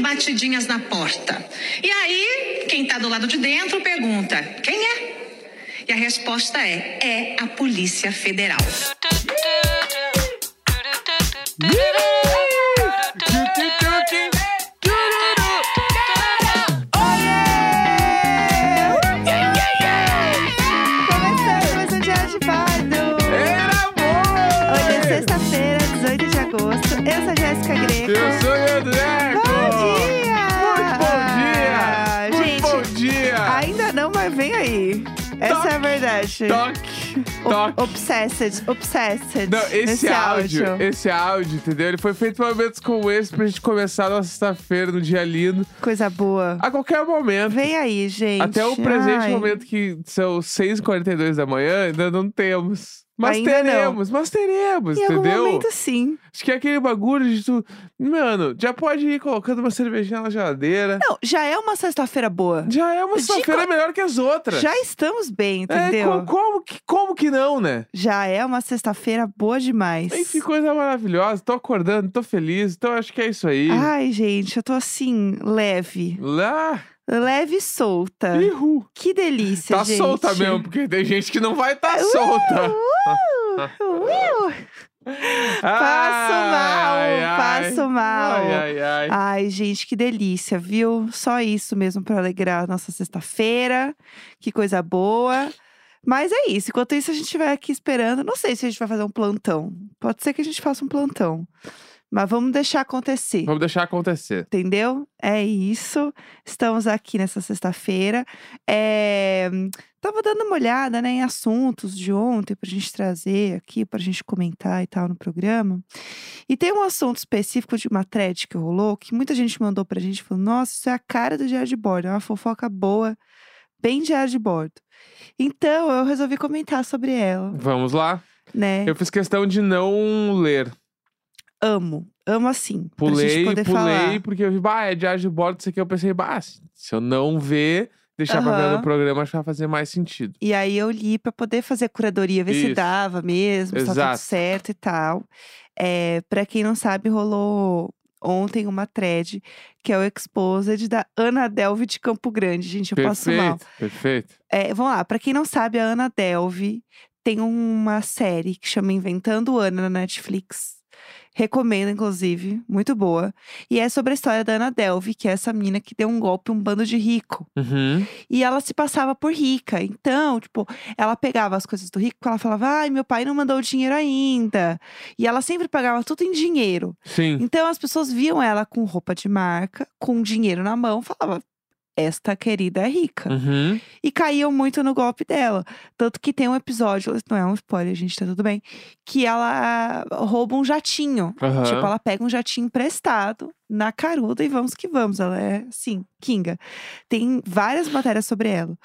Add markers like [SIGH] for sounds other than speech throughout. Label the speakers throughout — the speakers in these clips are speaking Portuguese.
Speaker 1: batidinhas na porta. E aí, quem está do lado de dentro pergunta: quem é? E a resposta é: é a Polícia Federal.
Speaker 2: Começando mais um Diário de Pardo.
Speaker 3: Era amor!
Speaker 2: Hoje é sexta-feira, 18 de agosto. Eu sou a Jéssica Greco.
Speaker 3: Eu sou é o André!
Speaker 2: Bom dia!
Speaker 3: Muito bom dia! Muito
Speaker 2: Gente,
Speaker 3: bom dia!
Speaker 2: ainda não, mas vem aí. Essa é a verdade.
Speaker 3: Toque,
Speaker 2: O-
Speaker 3: toque.
Speaker 2: Obsessed, obsessed.
Speaker 3: Não, esse
Speaker 2: nesse
Speaker 3: áudio, esse áudio, entendeu? Ele foi feito em momentos como esse pra gente começar a nossa sexta-feira no dia lindo.
Speaker 2: Coisa boa.
Speaker 3: A qualquer momento.
Speaker 2: Vem aí, gente.
Speaker 3: Até o presente
Speaker 2: Ai.
Speaker 3: momento que são 6h42 da manhã, ainda não temos. Mas
Speaker 2: Ainda não.
Speaker 3: teremos, mas teremos,
Speaker 2: Em
Speaker 3: entendeu?
Speaker 2: algum momento, sim.
Speaker 3: Acho que é aquele bagulho de tu. Mano, já pode ir colocando uma cervejinha na geladeira.
Speaker 2: Não, já é uma sexta-feira boa.
Speaker 3: Já é uma
Speaker 2: Digo-
Speaker 3: sexta-feira melhor que as outras.
Speaker 2: Já estamos bem,
Speaker 3: é,
Speaker 2: entendeu?
Speaker 3: co- como, que, como que não, né?
Speaker 2: Já é uma sexta-feira boa demais.
Speaker 3: Aí que coisa maravilhosa. Tô acordando, tô feliz. Então acho que é isso aí.
Speaker 2: Ai, gente, eu tô assim, leve.
Speaker 3: Lá.
Speaker 2: Leve e solta.
Speaker 3: Ihu.
Speaker 2: Que delícia,
Speaker 3: Tá
Speaker 2: gente.
Speaker 3: solta mesmo, porque tem gente que não vai estar tá
Speaker 2: Uh,
Speaker 3: solta.
Speaker 2: uh, uh. Passo mal,
Speaker 3: Ai, ai.
Speaker 2: passo mal.
Speaker 3: Ai, ai, ai.
Speaker 2: Ai, gente, que delícia, viu? Só isso mesmo pra alegrar a nossa sexta-feira. Que coisa boa. Mas é isso. Enquanto isso, a gente vai aqui esperando. Não sei se a gente vai fazer um plantão. Pode ser que a gente faça um plantão. Mas vamos deixar acontecer.
Speaker 3: Vamos deixar acontecer.
Speaker 2: Entendeu? É isso. Estamos aqui nessa sexta-feira. É, Tava dando uma olhada né, em assuntos de ontem pra gente trazer aqui, pra gente comentar e tal no programa. E tem um assunto específico de uma thread que rolou, que muita gente mandou pra gente falando: nossa, isso é a cara do diário de bordo, é uma fofoca boa, bem diário de bordo. Então eu resolvi comentar sobre ela,
Speaker 3: Vamos lá.
Speaker 2: né?
Speaker 3: Eu fiz questão de não ler.
Speaker 2: Amo, amo assim. pra gente
Speaker 3: Pulei,
Speaker 2: poder
Speaker 3: pulei,
Speaker 2: falar.
Speaker 3: porque eu vi, bah, é diário de bordo, isso aqui. Eu pensei, bah, se se eu não ver, deixar pra ver
Speaker 2: Aham.
Speaker 3: no programa, acho que vai fazer mais sentido.
Speaker 2: E aí eu li pra poder fazer a curadoria, ver se
Speaker 3: Isso.
Speaker 2: dava mesmo, se tá tudo
Speaker 3: Exato.
Speaker 2: certo e tal. É, para quem não sabe, rolou ontem uma thread que é o Exposed da Ana Delve de Campo Grande. Gente, eu passo mal.
Speaker 3: perfeito, perfeito.
Speaker 2: É, vamos lá, pra quem não sabe, a Ana Delve tem uma série que chama Inventando Ana na Netflix. Recomendo, inclusive, muito boa. E é sobre a história da Ana Delve, que é essa menina que deu um golpe, um bando de rico.
Speaker 3: Uhum.
Speaker 2: E ela se passava por rica. Então, tipo, ela pegava as coisas do rico, ela falava, ai, meu pai não mandou o dinheiro ainda. E ela sempre pagava tudo em dinheiro.
Speaker 3: Sim.
Speaker 2: Então, as pessoas viam ela com roupa de marca, com dinheiro na mão, falava. Esta querida é rica.
Speaker 3: Uhum.
Speaker 2: E caíam muito no golpe dela. Tanto que tem um episódio, não é um spoiler, gente, tá tudo bem. Que ela rouba um jatinho.
Speaker 3: Aham.
Speaker 2: Tipo, ela pega um jatinho emprestado na caruda e vamos que vamos. Ela é, assim, Kinga. Tem várias matérias sobre ela.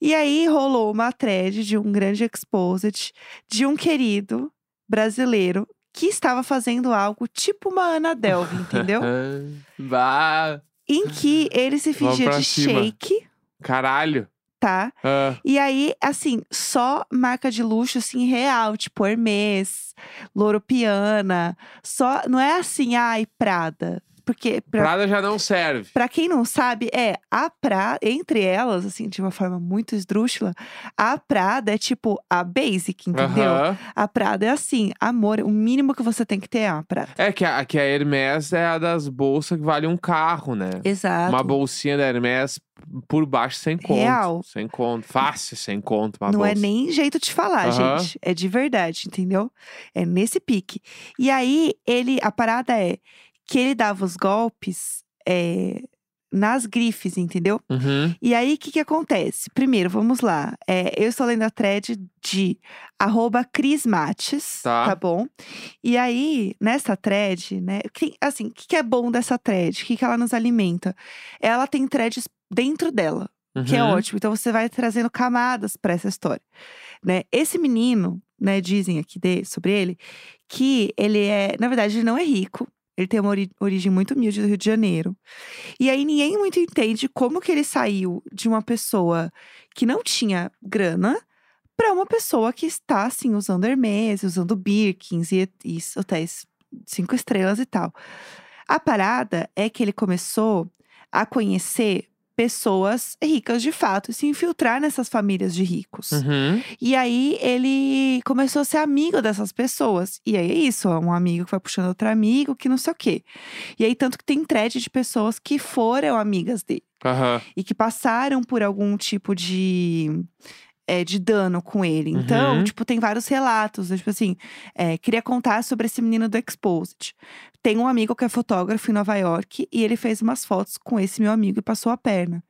Speaker 2: E aí rolou uma thread de um grande exposit de um querido brasileiro que estava fazendo algo tipo uma Ana
Speaker 3: [LAUGHS]
Speaker 2: Delve, entendeu?
Speaker 3: Ah, bah,
Speaker 2: em que ele se
Speaker 3: Vamos
Speaker 2: fingia
Speaker 3: pra
Speaker 2: de
Speaker 3: cima.
Speaker 2: shake,
Speaker 3: caralho.
Speaker 2: tá?
Speaker 3: Ah,
Speaker 2: E aí, assim, só marca de luxo, assim, real, tipo Hermès, Loro Piana. Só, não é assim, ai, Prada. Porque, pra,
Speaker 3: Prada já não serve.
Speaker 2: pra quem não sabe, é, a Prada, entre elas, assim, de uma forma muito esdrúxula, a Prada é tipo a basic, entendeu?
Speaker 3: Aham.
Speaker 2: A Prada é assim, amor, o mínimo que você tem que ter é uma Prada.
Speaker 3: É que a, que a Hermes é a das bolsas que vale um carro, né?
Speaker 2: Exato.
Speaker 3: Uma bolsinha da Hermes por baixo sem conto.
Speaker 2: Real.
Speaker 3: Sem conto. Fácil, sem conto. Uma
Speaker 2: não é
Speaker 3: bolsa.
Speaker 2: nem jeito de falar,
Speaker 3: Aham.
Speaker 2: gente. É de verdade, entendeu? É nesse pique. E aí, ele. A parada é que ele dava os golpes é, nas grifes, entendeu?
Speaker 3: Uhum.
Speaker 2: E aí, o que, que acontece? Primeiro, vamos lá. É, eu estou lendo a thread de arroba Cris Mates,
Speaker 3: Tá.
Speaker 2: bom? E aí, nessa thread, né? que- assim, o que, que é bom dessa thread? O que, que ela nos alimenta? Ela tem threads dentro dela
Speaker 3: Uhum.
Speaker 2: que é ótimo. Então você vai trazendo camadas para essa história, né? Esse menino, né, dizem aqui de- sobre ele que ele é, na verdade, ele não é rico. Ele tem uma ori- origem muito humilde do Rio de Janeiro. E aí ninguém muito entende como que ele saiu de uma pessoa que não tinha grana para uma pessoa que está assim usando Hermes, usando Birkins e, e hotéis cinco estrelas e tal. A parada é que ele começou a conhecer pessoas ricas de fato e se infiltrar nessas famílias de ricos.
Speaker 3: Uhum.
Speaker 2: E aí ele começou a ser amigo dessas pessoas. E aí é isso, é um amigo que vai puxando outro amigo, que não sei o quê. E aí tanto que tem thread de pessoas que foram amigas dele
Speaker 3: Aham.
Speaker 2: e que passaram por algum tipo de. é, de dano com ele. Então,
Speaker 3: Uhum.
Speaker 2: tipo, tem vários relatos. né? Tipo assim, é, queria contar sobre esse menino do Exposed. Tem um amigo que é fotógrafo em Nova York e ele fez umas fotos com esse meu amigo e passou a perna.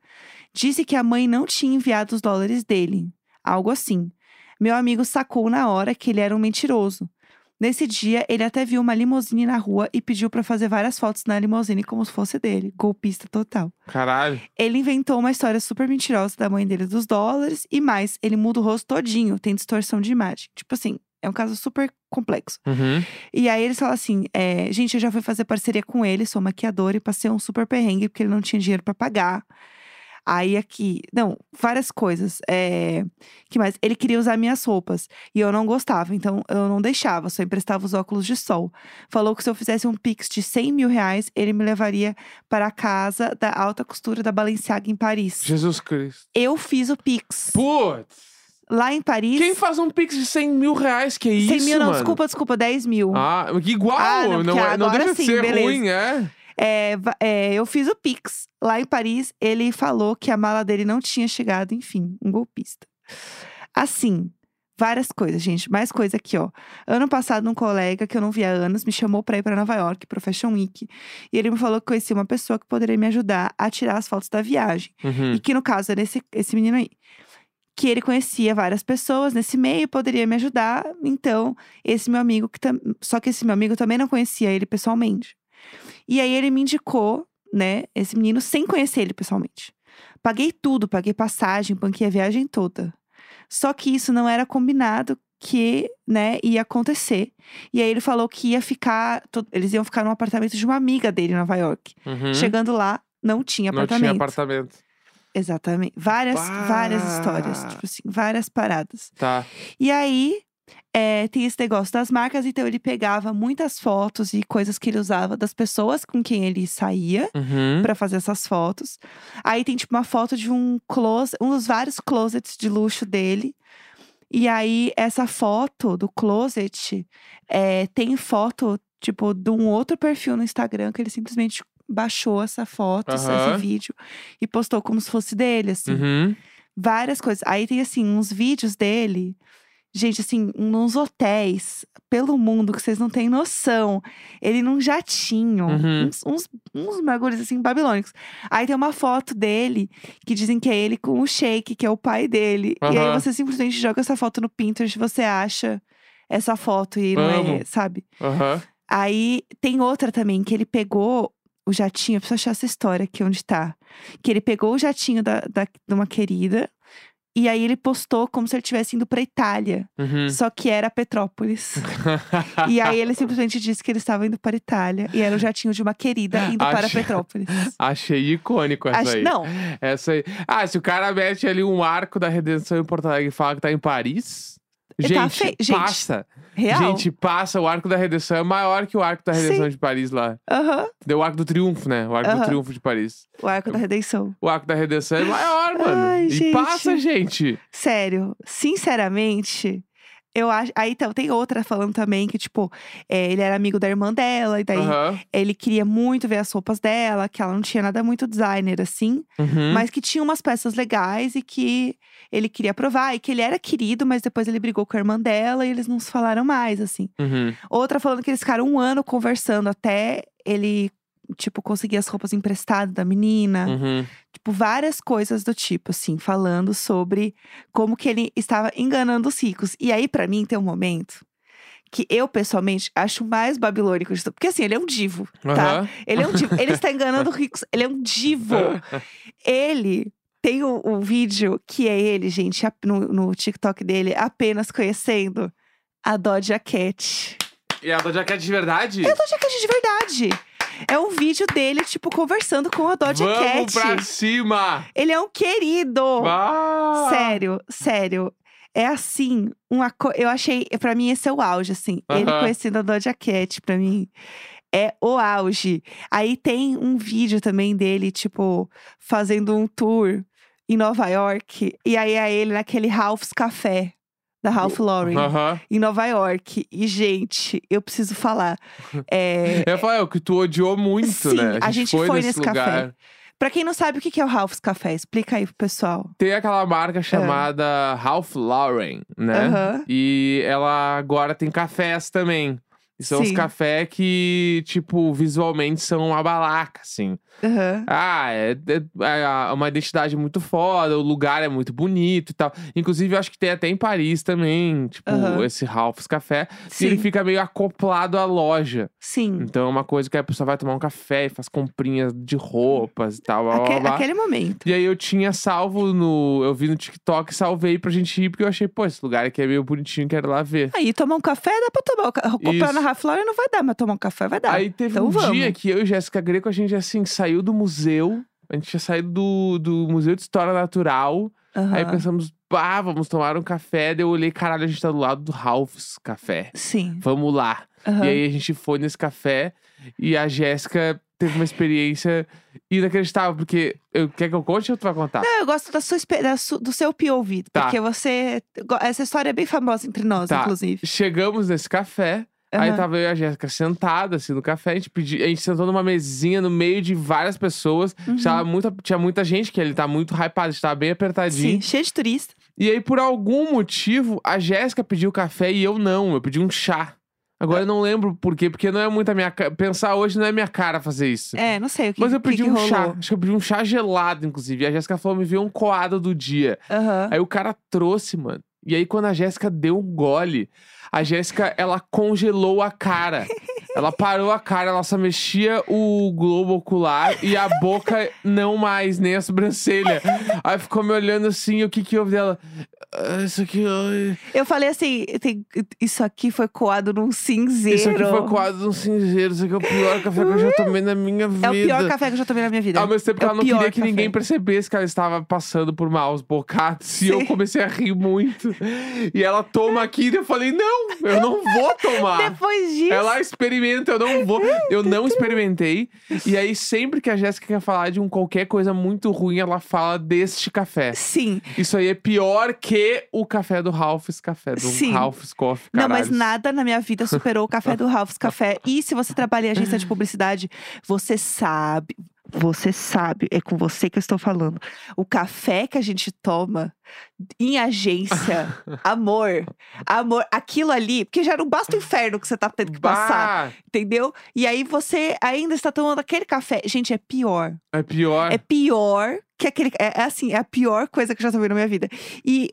Speaker 2: Disse que a mãe não tinha enviado os dólares dele. Algo assim. Meu amigo sacou na hora que ele era um mentiroso. Nesse dia, ele até viu uma limusine na rua e pediu pra fazer várias fotos na limusine como se fosse dele. Golpista total.
Speaker 3: Caralho.
Speaker 2: Ele inventou uma história super mentirosa da mãe dele dos dólares e mais, ele muda o rosto todinho, tem distorção de imagem. Tipo assim, é um caso super complexo.
Speaker 3: Uhum.
Speaker 2: E aí eles falam assim: é, gente, eu já fui fazer parceria com ele, sou maquiadora e passei um super perrengue porque ele não tinha dinheiro pra pagar. Aí aqui, não, várias coisas. É, que mais? Ele queria usar minhas roupas e eu não gostava, então eu não deixava, só emprestava os óculos de sol. Falou que se eu fizesse um pix de 100 mil reais, ele me levaria para a casa da alta costura da Balenciaga em Paris.
Speaker 3: Jesus Cristo.
Speaker 2: Eu fiz o pix.
Speaker 3: Putz.
Speaker 2: Lá em Paris.
Speaker 3: Quem faz um pix de 100 mil reais? Que é isso,
Speaker 2: 100 mil, não,
Speaker 3: mano?
Speaker 2: desculpa, desculpa, 10 mil.
Speaker 3: Ah, igual.
Speaker 2: Ah, não,
Speaker 3: não,
Speaker 2: porque
Speaker 3: é- não
Speaker 2: agora
Speaker 3: deixa de
Speaker 2: sim,
Speaker 3: ser
Speaker 2: beleza.
Speaker 3: ruim, é?
Speaker 2: É, va- é, eu fiz o Pix. Lá em Paris, ele falou que a mala dele não tinha chegado, enfim, um golpista. Assim, várias coisas, gente. Mais coisa aqui, ó. Ano passado, um colega que eu não via há anos me chamou pra ir pra Nova York, pro Fashion Week. E ele me falou que conhecia uma pessoa que poderia me ajudar a tirar as fotos da viagem.
Speaker 3: Uhum.
Speaker 2: E que, no caso, era esse, esse menino aí. Que ele conhecia várias pessoas nesse meio e poderia me ajudar. Então, esse meu amigo, que tam... só que esse meu amigo também não conhecia ele pessoalmente. E aí ele me indicou, né, esse menino sem conhecer ele pessoalmente. Paguei tudo, paguei passagem, banquei a viagem toda. Só que isso não era combinado que, né, ia acontecer. E aí ele falou que ia ficar, to- eles iam ficar num apartamento de uma amiga dele em Nova York.
Speaker 3: Uhum.
Speaker 2: Chegando lá, não tinha
Speaker 3: Não
Speaker 2: apartamento.
Speaker 3: tinha apartamento.
Speaker 2: Exatamente. Várias,
Speaker 3: Bah!
Speaker 2: várias histórias, tipo assim, várias paradas.
Speaker 3: Tá.
Speaker 2: E aí, é, tem esse negócio das marcas, então ele pegava muitas fotos e coisas que ele usava das pessoas com quem ele saía
Speaker 3: Uhum.
Speaker 2: pra fazer essas fotos. Aí tem tipo uma foto de um closet, um dos vários closets de luxo dele. E aí, essa foto do closet é, tem foto, tipo, de um outro perfil no Instagram que ele simplesmente baixou essa foto,
Speaker 3: Aham.
Speaker 2: esse vídeo, e postou como se fosse dele, assim
Speaker 3: Uhum.
Speaker 2: várias coisas. Aí tem assim uns vídeos dele, gente, assim, nos hotéis pelo mundo que vocês não têm noção. Ele num jatinho,
Speaker 3: Uhum.
Speaker 2: uns, uns, uns bagulhos assim babilônicos. Aí tem uma foto dele que dizem que é ele com o Shake, que é o pai dele. E aí
Speaker 3: Aham.
Speaker 2: você simplesmente joga essa foto no Pinterest, você acha essa foto e não é,
Speaker 3: Amo.
Speaker 2: sabe?
Speaker 3: Aham.
Speaker 2: Aí tem outra também, que ele pegou o jatinho, eu preciso achar essa história aqui onde tá. Que ele pegou o jatinho da, da- de uma querida e aí ele postou como se ele estivesse indo pra Itália.
Speaker 3: Uhum.
Speaker 2: Só que era Petrópolis. [LAUGHS] e aí ele simplesmente disse que ele estava indo para Itália. E era o jatinho de uma querida indo para
Speaker 3: Acho- [LAUGHS]
Speaker 2: Petrópolis.
Speaker 3: [LAUGHS] Achei icônico essa
Speaker 2: Acho-
Speaker 3: aí.
Speaker 2: Não,
Speaker 3: Essa aí. Ah, se o cara mete ali um arco da redenção em Porto Alegre e fala que tá em Paris.
Speaker 2: Tá
Speaker 3: Gente,
Speaker 2: feio, gente.
Speaker 3: passa.
Speaker 2: real.
Speaker 3: Gente, passa. O arco da redenção é maior que o arco da redenção de Paris lá.
Speaker 2: Aham.
Speaker 3: Deu o arco do triunfo, né? O arco
Speaker 2: Aham.
Speaker 3: do triunfo de Paris.
Speaker 2: O Arco da Redenção.
Speaker 3: O arco da redenção é maior, mano.
Speaker 2: Ai,
Speaker 3: e
Speaker 2: gente.
Speaker 3: passa, gente.
Speaker 2: Sério, sinceramente, eu acho. Aí então, tem outra falando também que, tipo, é, ele era amigo da irmã dela, e daí
Speaker 3: Aham.
Speaker 2: ele queria muito ver as roupas dela, que ela não tinha nada muito designer assim,
Speaker 3: Uhum.
Speaker 2: mas que tinha umas peças legais e que ele queria provar, e que ele era querido, mas depois ele brigou com a irmã dela e eles não se falaram mais, assim.
Speaker 3: Uhum.
Speaker 2: Outra falando que eles ficaram um ano conversando até ele, tipo, conseguir as roupas emprestadas da menina.
Speaker 3: Uhum.
Speaker 2: Tipo, várias coisas do tipo, assim, falando sobre como que ele estava enganando os ricos. E aí, pra mim, tem um momento que eu, pessoalmente, acho mais babilônico de tudo. Porque, assim, ele é um divo, tá?
Speaker 3: Aham.
Speaker 2: Ele é um divo.
Speaker 3: [LAUGHS]
Speaker 2: Ele está enganando ricos. Ele é um divo. Ele tem um, um vídeo que é ele, gente, a- no, no TikTok dele, apenas conhecendo a Dodge Cat. É
Speaker 3: E a Doja Cat de verdade?
Speaker 2: Doja Cat de verdade. É um vídeo dele, tipo, conversando com a Dodge
Speaker 3: Vamos
Speaker 2: Cat.
Speaker 3: pra cima!
Speaker 2: Ele é um querido.
Speaker 3: Ah!
Speaker 2: Sério, sério. É assim, uma co... eu achei, pra mim esse é o auge, assim. Ele
Speaker 3: Aham.
Speaker 2: conhecendo a Doja Cat, pra mim, é o auge. Aí tem um vídeo também dele, tipo, fazendo um tour em Nova York. E aí é ele naquele Ralph's Café, da Ralph Lauren,
Speaker 3: Hum, Aham.
Speaker 2: em Nova York. E, gente, eu preciso falar. É,
Speaker 3: Eu ia falar, é o que tu odiou muito,
Speaker 2: Sim,
Speaker 3: né?
Speaker 2: a gente foi nesse café.
Speaker 3: lugar.
Speaker 2: pra quem não sabe o que que é o Ralph's Café, explica aí pro pessoal.
Speaker 3: Tem aquela marca chamada Ralph Lauren, né?
Speaker 2: Ah. Aham.
Speaker 3: E ela agora tem cafés também. E são os
Speaker 2: Sim.
Speaker 3: cafés que, tipo, visualmente são uma balaca, assim.
Speaker 2: Aham.
Speaker 3: Ah, é, é- é uma identidade muito foda, o lugar é muito bonito e tal. Inclusive, eu acho que tem até em Paris também, tipo,
Speaker 2: Aham.
Speaker 3: esse Ralph's Café. E ele
Speaker 2: Sim,
Speaker 3: fica meio acoplado à loja.
Speaker 2: sim.
Speaker 3: Então é uma coisa que a pessoa vai tomar um café e faz comprinhas de roupas e tal. Blá, blá,
Speaker 2: Aque-
Speaker 3: blá.
Speaker 2: aquele momento.
Speaker 3: E aí eu tinha salvo no. Eu vi no TikTok, salvei pra gente ir, porque eu achei, pô, esse lugar aqui é meio bonitinho, quero lá ver.
Speaker 2: Aí tomar um café, dá pra tomar o ca... Comprar
Speaker 3: Isso.
Speaker 2: na Ralph Lauren não vai dar, mas tomar um café vai dar.
Speaker 3: aí teve
Speaker 2: então
Speaker 3: um
Speaker 2: vamos.
Speaker 3: dia que eu e Jéssica Greco, a gente assim, saiu do museu. A gente tinha saído do, do Museu de História Natural. Aí
Speaker 2: Aham.
Speaker 3: pensamos, pá, vamos tomar um café. Daí eu olhei, caralho, a gente tá do lado do Ralph's Café.
Speaker 2: Sim.
Speaker 3: Vamos lá.
Speaker 2: Aham.
Speaker 3: E aí a gente foi nesse café e a Jéssica teve uma experiência inacreditável, porque. Eu, quer que eu conte ou tu vai contar?
Speaker 2: Não, eu gosto da sua, expe- da su- do seu POV,
Speaker 3: Tá.
Speaker 2: porque você. Essa história é bem famosa entre nós,
Speaker 3: Tá.
Speaker 2: inclusive.
Speaker 3: Chegamos nesse café. Aí
Speaker 2: Aham.
Speaker 3: tava eu e a Jéssica sentada, assim, no café. A gente, pedi, a gente sentou numa mesinha no meio de várias pessoas.
Speaker 2: Uhum.
Speaker 3: A gente Tava muita, tinha muita gente que ele tá muito hypado, a gente tava bem apertadinho.
Speaker 2: Sim, cheio
Speaker 3: [LAUGHS]
Speaker 2: de turista.
Speaker 3: E aí, por algum motivo, a Jéssica pediu café e eu não. Eu pedi um chá. Agora eu não lembro por quê, porque não é muito a minha cara. Pensar hoje não é minha cara fazer isso.
Speaker 2: É, não sei o que.
Speaker 3: Mas eu
Speaker 2: que- que
Speaker 3: pedi um
Speaker 2: rolou.
Speaker 3: chá. Acho que eu pedi um chá gelado, inclusive. E a Jéssica falou: me veio um coado do dia.
Speaker 2: Aham.
Speaker 3: Aí o cara trouxe, mano. E aí, quando a Jéssica deu um gole, a Jéssica, ela congelou a
Speaker 2: [LAUGHS]
Speaker 3: cara. Ela parou a cara, ela só mexia o globo ocular e a boca não mais, nem a sobrancelha. Aí ficou me olhando assim, o que que houve dela? "Ah, Isso aqui, ai,
Speaker 2: Eu falei assim: tem- isso aqui foi coado num cinzeiro.
Speaker 3: isso aqui foi quase um cinzeiro, isso aqui é o pior café que eu já tomei na minha vida.
Speaker 2: Hum. É o pior café que eu já tomei na minha vida.
Speaker 3: Ao mesmo tempo que
Speaker 2: É o
Speaker 3: ela não
Speaker 2: pior
Speaker 3: queria que
Speaker 2: café.
Speaker 3: ninguém percebesse que ela estava passando por maus bocados. E eu
Speaker 2: Sim.
Speaker 3: comecei a rir muito. E ela toma aquilo e eu falei, não, eu não vou tomar.
Speaker 2: [LAUGHS] Depois disso.
Speaker 3: Ela experimenta, eu não vou. Eu não experimentei. E aí, sempre que a Jéssica quer falar de um qualquer coisa muito ruim, ela fala deste café.
Speaker 2: Sim.
Speaker 3: Isso aí é pior que o café do Ralph's Café, do
Speaker 2: Sim.
Speaker 3: Ralph's Coffee,
Speaker 2: Não, mas
Speaker 3: caralhos.
Speaker 2: nada na minha vida superou o café do Ralph's Café. E se você trabalha em agência de publicidade, você sabe, você sabe, é com você que eu estou falando. O café que a gente toma em
Speaker 3: [LAUGHS]
Speaker 2: agência, amor, amor, aquilo ali, porque já não basta o inferno que você tá tendo que passar,
Speaker 3: Bah,
Speaker 2: entendeu? E aí você ainda está tomando aquele café. Gente, é pior.
Speaker 3: é pior.
Speaker 2: É pior que aquele. É, é assim, é a pior coisa que eu já tomei na minha vida. E,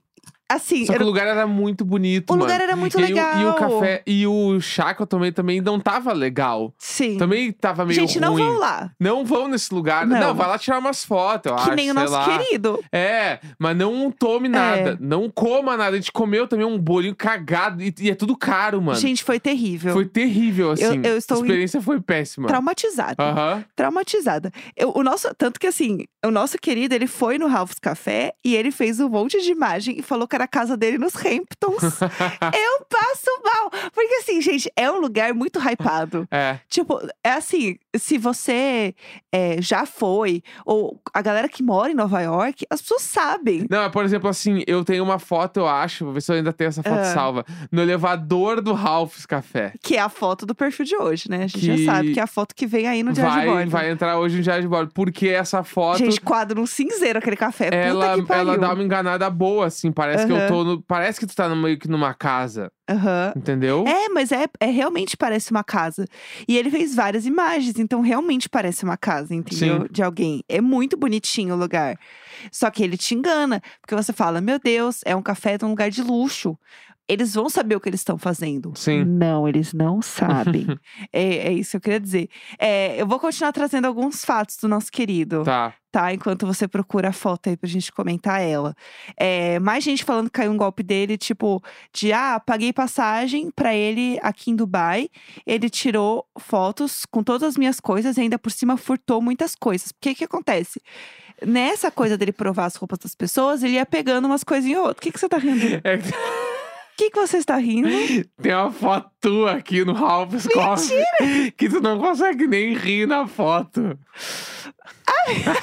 Speaker 2: assim,
Speaker 3: Só
Speaker 2: eu
Speaker 3: que o
Speaker 2: não-
Speaker 3: lugar era muito bonito,
Speaker 2: o
Speaker 3: mano.
Speaker 2: lugar era muito
Speaker 3: e, aí
Speaker 2: legal.
Speaker 3: o- e o café e o chá que eu tomei também não tava legal.
Speaker 2: Sim.
Speaker 3: Também tava meio
Speaker 2: Gente, não
Speaker 3: ruim.
Speaker 2: vão lá.
Speaker 3: Não vão nesse lugar. Não,
Speaker 2: Não.
Speaker 3: vai lá tirar umas fotos, eu
Speaker 2: Que
Speaker 3: acho.
Speaker 2: nem o
Speaker 3: sei
Speaker 2: nosso
Speaker 3: lá.
Speaker 2: querido.
Speaker 3: É, mas não tome nada.
Speaker 2: É.
Speaker 3: Não coma nada. A gente comeu também um bolinho cagado e, e é tudo caro, mano.
Speaker 2: Gente, foi terrível.
Speaker 3: foi terrível, assim.
Speaker 2: eu estou
Speaker 3: A experiência foi péssima.
Speaker 2: Traumatizada.
Speaker 3: Aham.
Speaker 2: Traumatizada. Eu- o nosso, tanto que assim, o nosso querido, ele foi no Ralph's Café e ele fez um monte de imagem e falou que era a casa dele nos Hamptons.
Speaker 3: [LAUGHS]
Speaker 2: eu passo mal. Porque assim, gente, é um lugar muito hypado.
Speaker 3: É.
Speaker 2: Tipo, é assim, se você é, já foi, ou a galera que mora em Nova York, as pessoas sabem.
Speaker 3: Não, é, por exemplo, assim, eu tenho uma foto, eu acho, vou ver se eu ainda tenho essa foto
Speaker 2: Ah.
Speaker 3: salva. No elevador do Ralph's Café.
Speaker 2: Que é a foto do perfil de hoje, né? A gente
Speaker 3: Que-
Speaker 2: já sabe que é a foto que vem aí no Diário de
Speaker 3: Vai,
Speaker 2: Bordo.
Speaker 3: vai entrar hoje no diário de bordo. Porque essa foto.
Speaker 2: Gente, quadro um cinzeiro aquele café.
Speaker 3: ela,
Speaker 2: Puta que pariu.
Speaker 3: ela dá um uma enganada boa, assim. Parece que eu
Speaker 2: Aham.
Speaker 3: tô no. Parece que tu tá no meio que numa casa,
Speaker 2: Aham.
Speaker 3: entendeu?
Speaker 2: É, mas é, é realmente parece uma casa. E ele fez várias imagens, então realmente parece uma casa, entendeu?
Speaker 3: Sim.
Speaker 2: De alguém. É muito bonitinho o lugar. Só que ele te engana, porque você fala: meu Deus, é um café de um lugar de luxo. Eles vão saber o que eles estão fazendo.
Speaker 3: Sim.
Speaker 2: Não,
Speaker 3: [LAUGHS]
Speaker 2: eles não sabem. é, é isso que eu queria dizer. É, eu vou continuar trazendo alguns fatos do nosso querido
Speaker 3: Tá.
Speaker 2: tá? Enquanto você procura a foto aí pra gente comentar ela. É, mais gente falando que caiu um golpe dele, tipo, de ah, paguei passagem pra ele aqui em Dubai. Ele tirou fotos com todas as minhas coisas e ainda por cima furtou muitas coisas. Porque que acontece? Nessa coisa dele provar as roupas das pessoas, ele ia pegando umas coisinhas ou outras. O que, que você tá rindo?
Speaker 3: É que-
Speaker 2: que, que você está rindo?
Speaker 3: Tem uma foto tua aqui no Ralph's Coffee que tu não consegue nem rir na foto. [LAUGHS]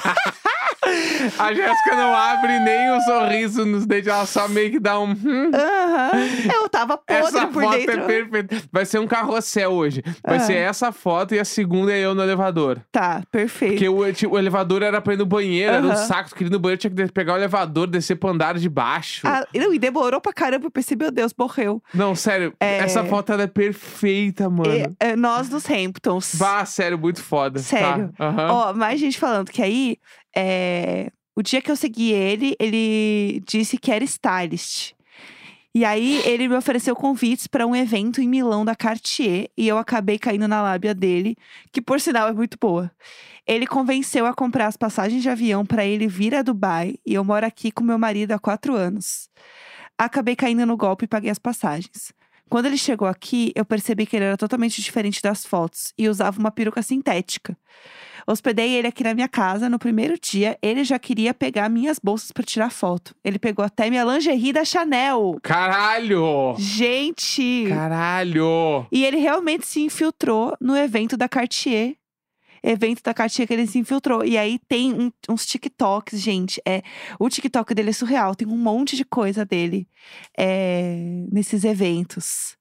Speaker 3: A Jéssica não abre nem o sorriso nos dentes, ela só meio que dá um. hum.
Speaker 2: Aham. Eu tava podre
Speaker 3: [LAUGHS] Essa
Speaker 2: um por
Speaker 3: foto
Speaker 2: dentro.
Speaker 3: é perfeita. Vai ser um carrossel hoje. Vai
Speaker 2: Ah.
Speaker 3: ser essa foto e a segunda é eu no elevador.
Speaker 2: Tá, perfeito.
Speaker 3: Porque o, tipo, o elevador era pra ir no banheiro, era um
Speaker 2: Aham.
Speaker 3: saco. Tu queria ir no banheiro, tinha que pegar o elevador, descer pro andar de baixo.
Speaker 2: Ah, não, e demorou pra caramba, eu pensei, meu Deus, morreu.
Speaker 3: Não, sério,
Speaker 2: É.
Speaker 3: essa foto ela é perfeita,
Speaker 2: É,
Speaker 3: mano.
Speaker 2: é, nós dos Hamptons.
Speaker 3: Bah, sério, muito foda. tá?
Speaker 2: Sério.
Speaker 3: Aham.
Speaker 2: Ó, mais gente falando que aí, é, o dia que eu segui ele, ele disse que era stylist. E aí, ele me ofereceu convites pra um evento em Milão da Cartier, e eu acabei caindo na lábia dele, que por sinal é muito boa. Ele convenceu a comprar as passagens de avião pra ele vir a Dubai, e eu moro aqui com meu marido há quatro anos. Acabei caindo no golpe e paguei as passagens. Quando ele chegou aqui, eu percebi que ele era totalmente diferente das fotos e usava uma peruca sintética. Hospedei ele aqui na minha casa. No primeiro dia, ele já queria pegar minhas bolsas pra tirar foto. Ele pegou até minha lingerie da Chanel.
Speaker 3: Caralho!
Speaker 2: Gente!
Speaker 3: Caralho!
Speaker 2: E ele realmente se infiltrou no evento da Cartier. Evento da Cartier que ele se infiltrou. E aí tem um- uns TikToks, gente. É, o TikTok dele é surreal. Tem um monte de coisa dele é, nesses eventos.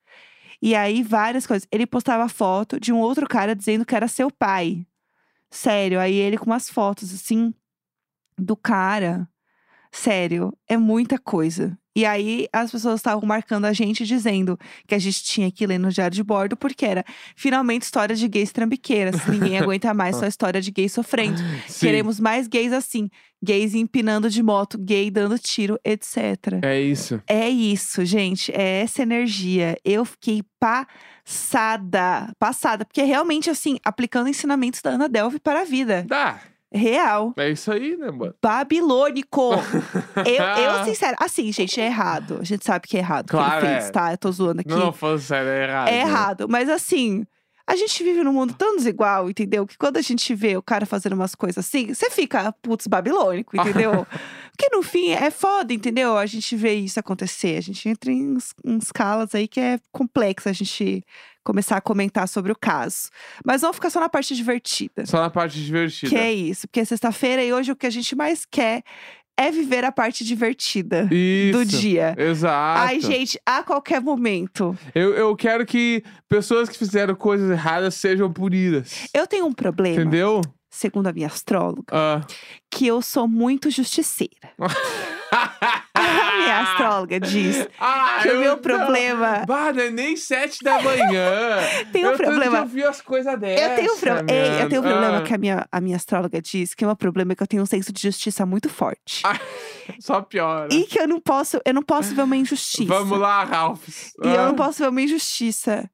Speaker 2: E aí, várias coisas. Ele postava foto de um outro cara dizendo que era seu pai. Sério. Aí ele com umas fotos, assim, do cara. Sério, é muita coisa. E aí, as pessoas estavam marcando a gente dizendo que a gente tinha que ler no diário de bordo, porque era finalmente história de gays trambiqueiras. Ninguém aguenta mais só história de gays sofrendo.
Speaker 3: [LAUGHS] Sim,
Speaker 2: Queremos mais gays assim. Gays empinando de moto, gay dando tiro, etc.
Speaker 3: É isso.
Speaker 2: É isso, gente. É essa energia. Eu fiquei passada. Passada. Porque realmente, assim, aplicando ensinamentos da Ana Delve para a vida.
Speaker 3: Dá.
Speaker 2: Real.
Speaker 3: É isso aí, né, mano?
Speaker 2: Babilônico. eu,
Speaker 3: [LAUGHS]
Speaker 2: eu, sincero. Assim, gente, é errado. A gente sabe que é errado. o
Speaker 3: Claro,
Speaker 2: que ele fez,
Speaker 3: é.
Speaker 2: tá? Eu tô zoando aqui.
Speaker 3: [LAUGHS] Não, não, falando sério, é errado.
Speaker 2: É errado. Mas assim, a gente vive num mundo tão desigual, entendeu? Que quando a gente vê o cara fazendo umas coisas assim, você fica, putz,
Speaker 3: [LAUGHS]
Speaker 2: babilônico, entendeu? Porque no fim é foda, entendeu? A gente vê isso acontecer. A gente entra em uns, em escalas aí que é complexa a gente começar a comentar sobre o caso. Mas vamos ficar só na parte divertida.
Speaker 3: Só na parte divertida.
Speaker 2: Que é isso. Porque é sexta-feira e hoje o que a gente mais quer é viver a parte divertida
Speaker 3: Isso.
Speaker 2: do dia.
Speaker 3: Exato.
Speaker 2: Ai, gente, a qualquer momento.
Speaker 3: Eu, eu quero que pessoas que fizeram coisas erradas sejam punidas.
Speaker 2: Eu tenho um problema.
Speaker 3: Entendeu?
Speaker 2: segundo a minha astróloga,
Speaker 3: Ah.
Speaker 2: que eu sou muito justiceira. [LAUGHS] A minha astróloga diz
Speaker 3: Ah,
Speaker 2: que o
Speaker 3: eu
Speaker 2: meu
Speaker 3: não-
Speaker 2: problema.
Speaker 3: Bah, não é nem sete da manhã.
Speaker 2: [LAUGHS] Tem um
Speaker 3: eu
Speaker 2: problema.
Speaker 3: Eu vi as coisas dessa.
Speaker 2: Eu tenho, um pro- Ei, eu tenho um
Speaker 3: mano.
Speaker 2: problema
Speaker 3: Ah,
Speaker 2: que a minha, a minha astróloga diz que o meu problema é que eu tenho um senso de justiça muito forte.
Speaker 3: Ah. Só piora.
Speaker 2: E que eu não posso, eu não posso ver uma injustiça.
Speaker 3: Vamos lá, Ralphs.
Speaker 2: E eu
Speaker 3: Ah.
Speaker 2: não posso ver uma injustiça.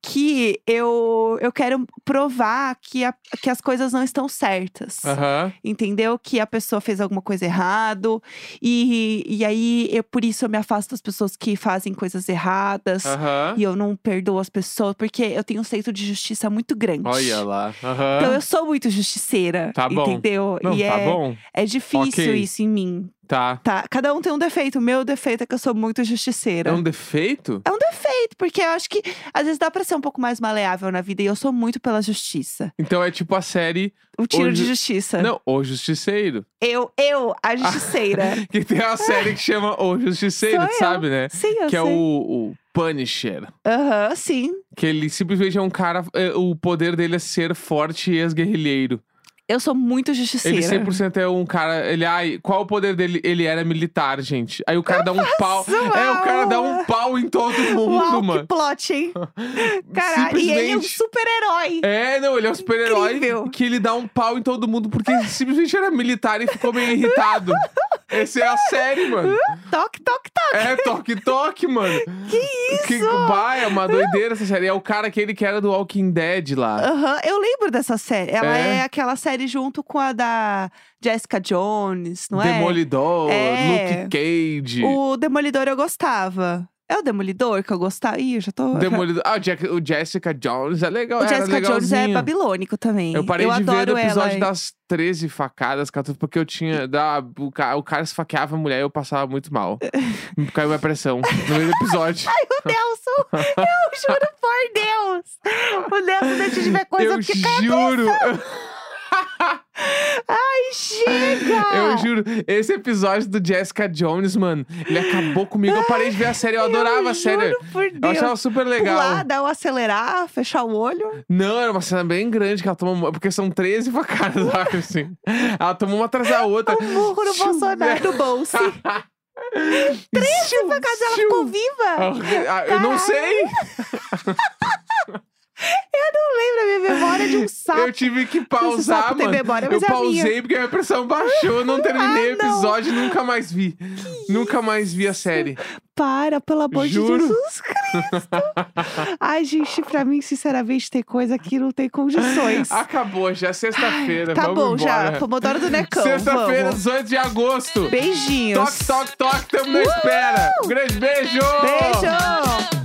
Speaker 2: Que eu, eu quero provar que, a- que as coisas não estão certas.
Speaker 3: Aham.
Speaker 2: entendeu? Que a pessoa fez alguma coisa errado e, e aí eu por isso eu me afasto das pessoas que fazem coisas erradas
Speaker 3: Aham.
Speaker 2: e eu não perdoo as pessoas porque eu tenho um senso de justiça muito grande.
Speaker 3: Olha lá.
Speaker 2: Então
Speaker 3: Aham.
Speaker 2: eu sou muito justiceira,
Speaker 3: Tá bom.
Speaker 2: entendeu?
Speaker 3: Não,
Speaker 2: e
Speaker 3: tá
Speaker 2: é,
Speaker 3: bom.
Speaker 2: é difícil
Speaker 3: Ok.
Speaker 2: isso em mim,
Speaker 3: Tá.
Speaker 2: tá? Cada um tem um defeito. O meu defeito é que eu sou muito justiceira.
Speaker 3: É um defeito?
Speaker 2: É um defeito, porque eu acho que às vezes dá pra ser um pouco mais maleável na vida e eu sou muito pela justiça.
Speaker 3: Então é tipo a série.
Speaker 2: O tiro
Speaker 3: Hoje-
Speaker 2: de justiça.
Speaker 3: Não, O Justiceiro.
Speaker 2: Eu, eu,
Speaker 3: [LAUGHS]
Speaker 2: a justiceira.
Speaker 3: Que tem uma série que chama O Justiceiro,
Speaker 2: Sou
Speaker 3: tu
Speaker 2: eu.
Speaker 3: sabe, né?
Speaker 2: Sim, eu
Speaker 3: que
Speaker 2: sei.
Speaker 3: é o, o Punisher.
Speaker 2: Aham, sim.
Speaker 3: Que ele simplesmente é um cara. é, o poder dele é ser forte e ex-guerrilheiro.
Speaker 2: Eu sou muito justiceira.
Speaker 3: Ele 100% é um cara. Ele, ai, qual o poder dele? Ele era militar, gente. Aí o cara dá um pau. É, o cara dá um pau em todo mundo,
Speaker 2: Uau,
Speaker 3: mano.
Speaker 2: que
Speaker 3: [LAUGHS]
Speaker 2: plot, hein? Caralho, e ele é um
Speaker 3: Simplesmente.
Speaker 2: super-herói.
Speaker 3: É, não, ele é um super-herói
Speaker 2: Incrível.
Speaker 3: que ele dá um pau em todo mundo porque ele simplesmente era militar e ficou meio irritado. Essa é a série, mano.
Speaker 2: Toc, toc, toc.
Speaker 3: É, toque-toque, mano. Que isso? Que bah, é uma doideira essa série. É o cara aquele que era do Walking Dead lá.
Speaker 2: Aham, eu lembro dessa série. Ela
Speaker 3: É.
Speaker 2: é. aquela série junto com a da Jessica Jones, não é?
Speaker 3: Demolidor,
Speaker 2: É.
Speaker 3: Luke Cage.
Speaker 2: O Demolidor eu gostava. É o Demolidor que eu gostava. Ih, eu já tô.
Speaker 3: Demolidor. Ah, o, Jack- o Jessica Jones é legal.
Speaker 2: [LAUGHS] O
Speaker 3: era
Speaker 2: Jessica Jones é
Speaker 3: legalzinho.
Speaker 2: babilônico também.
Speaker 3: Eu parei de ver
Speaker 2: adoro
Speaker 3: o episódio
Speaker 2: ela.
Speaker 3: das 13 facadas, Catuto, porque eu tinha. Da, o, cara, o cara esfaqueava a mulher e eu passava muito
Speaker 2: [LAUGHS]
Speaker 3: mal. Caiu minha pressão no meio do episódio.
Speaker 2: Ai, [LAUGHS] o
Speaker 3: [LAUGHS]
Speaker 2: Nelson! Eu juro por Deus! O Nelson deixa de ver coisa
Speaker 3: eu
Speaker 2: porque.
Speaker 3: juro!
Speaker 2: Ai, chega!
Speaker 3: [LAUGHS] Eu juro, esse episódio do Jessica Jones, mano, ele acabou comigo. Eu parei de ver a série, eu adorava a série.
Speaker 2: Juro por Deus.
Speaker 3: Eu achava super legal.
Speaker 2: Pular, dar um acelerar, fechar o olho.
Speaker 3: Não, era uma cena bem grande que ela toma. Porque são 13 facadas, sabe, assim. Ela tomou uma atrás da
Speaker 2: [LAUGHS]
Speaker 3: outra.
Speaker 2: Um murro no
Speaker 3: Tchum,
Speaker 2: Bolsonaro no
Speaker 3: [LAUGHS]
Speaker 2: bolso.
Speaker 3: Treze
Speaker 2: Por acaso ela ficou viva?
Speaker 3: Ah, Eu não sei.
Speaker 2: é um Eu não lembro a minha memória de um
Speaker 3: [LAUGHS] Eu
Speaker 2: sapo.
Speaker 3: tive que
Speaker 2: se o sapo
Speaker 3: pausar,
Speaker 2: tem
Speaker 3: mano.
Speaker 2: memória,
Speaker 3: eu
Speaker 2: mas é a
Speaker 3: pausei porque a minha pressão baixou. Eu não terminei
Speaker 2: [LAUGHS] Ah,
Speaker 3: o
Speaker 2: não.
Speaker 3: episódio e nunca mais vi. nunca mais vi a série.
Speaker 2: Para, pelo amor
Speaker 3: Juro.
Speaker 2: de Jesus Cristo. Ai, gente, pra mim, sinceramente, tem coisa que não
Speaker 3: [LAUGHS]
Speaker 2: tem condições.
Speaker 3: Acabou já, sexta-feira.
Speaker 2: tá
Speaker 3: vamos
Speaker 2: bom,
Speaker 3: embora.
Speaker 2: já. Pomodoro do Necão.
Speaker 3: Sexta-feira,
Speaker 2: vamos.
Speaker 3: 18 de agosto.
Speaker 2: Beijinhos.
Speaker 3: Toque, toque, toque, tamo na espera. Um grande beijo!
Speaker 2: Beijo.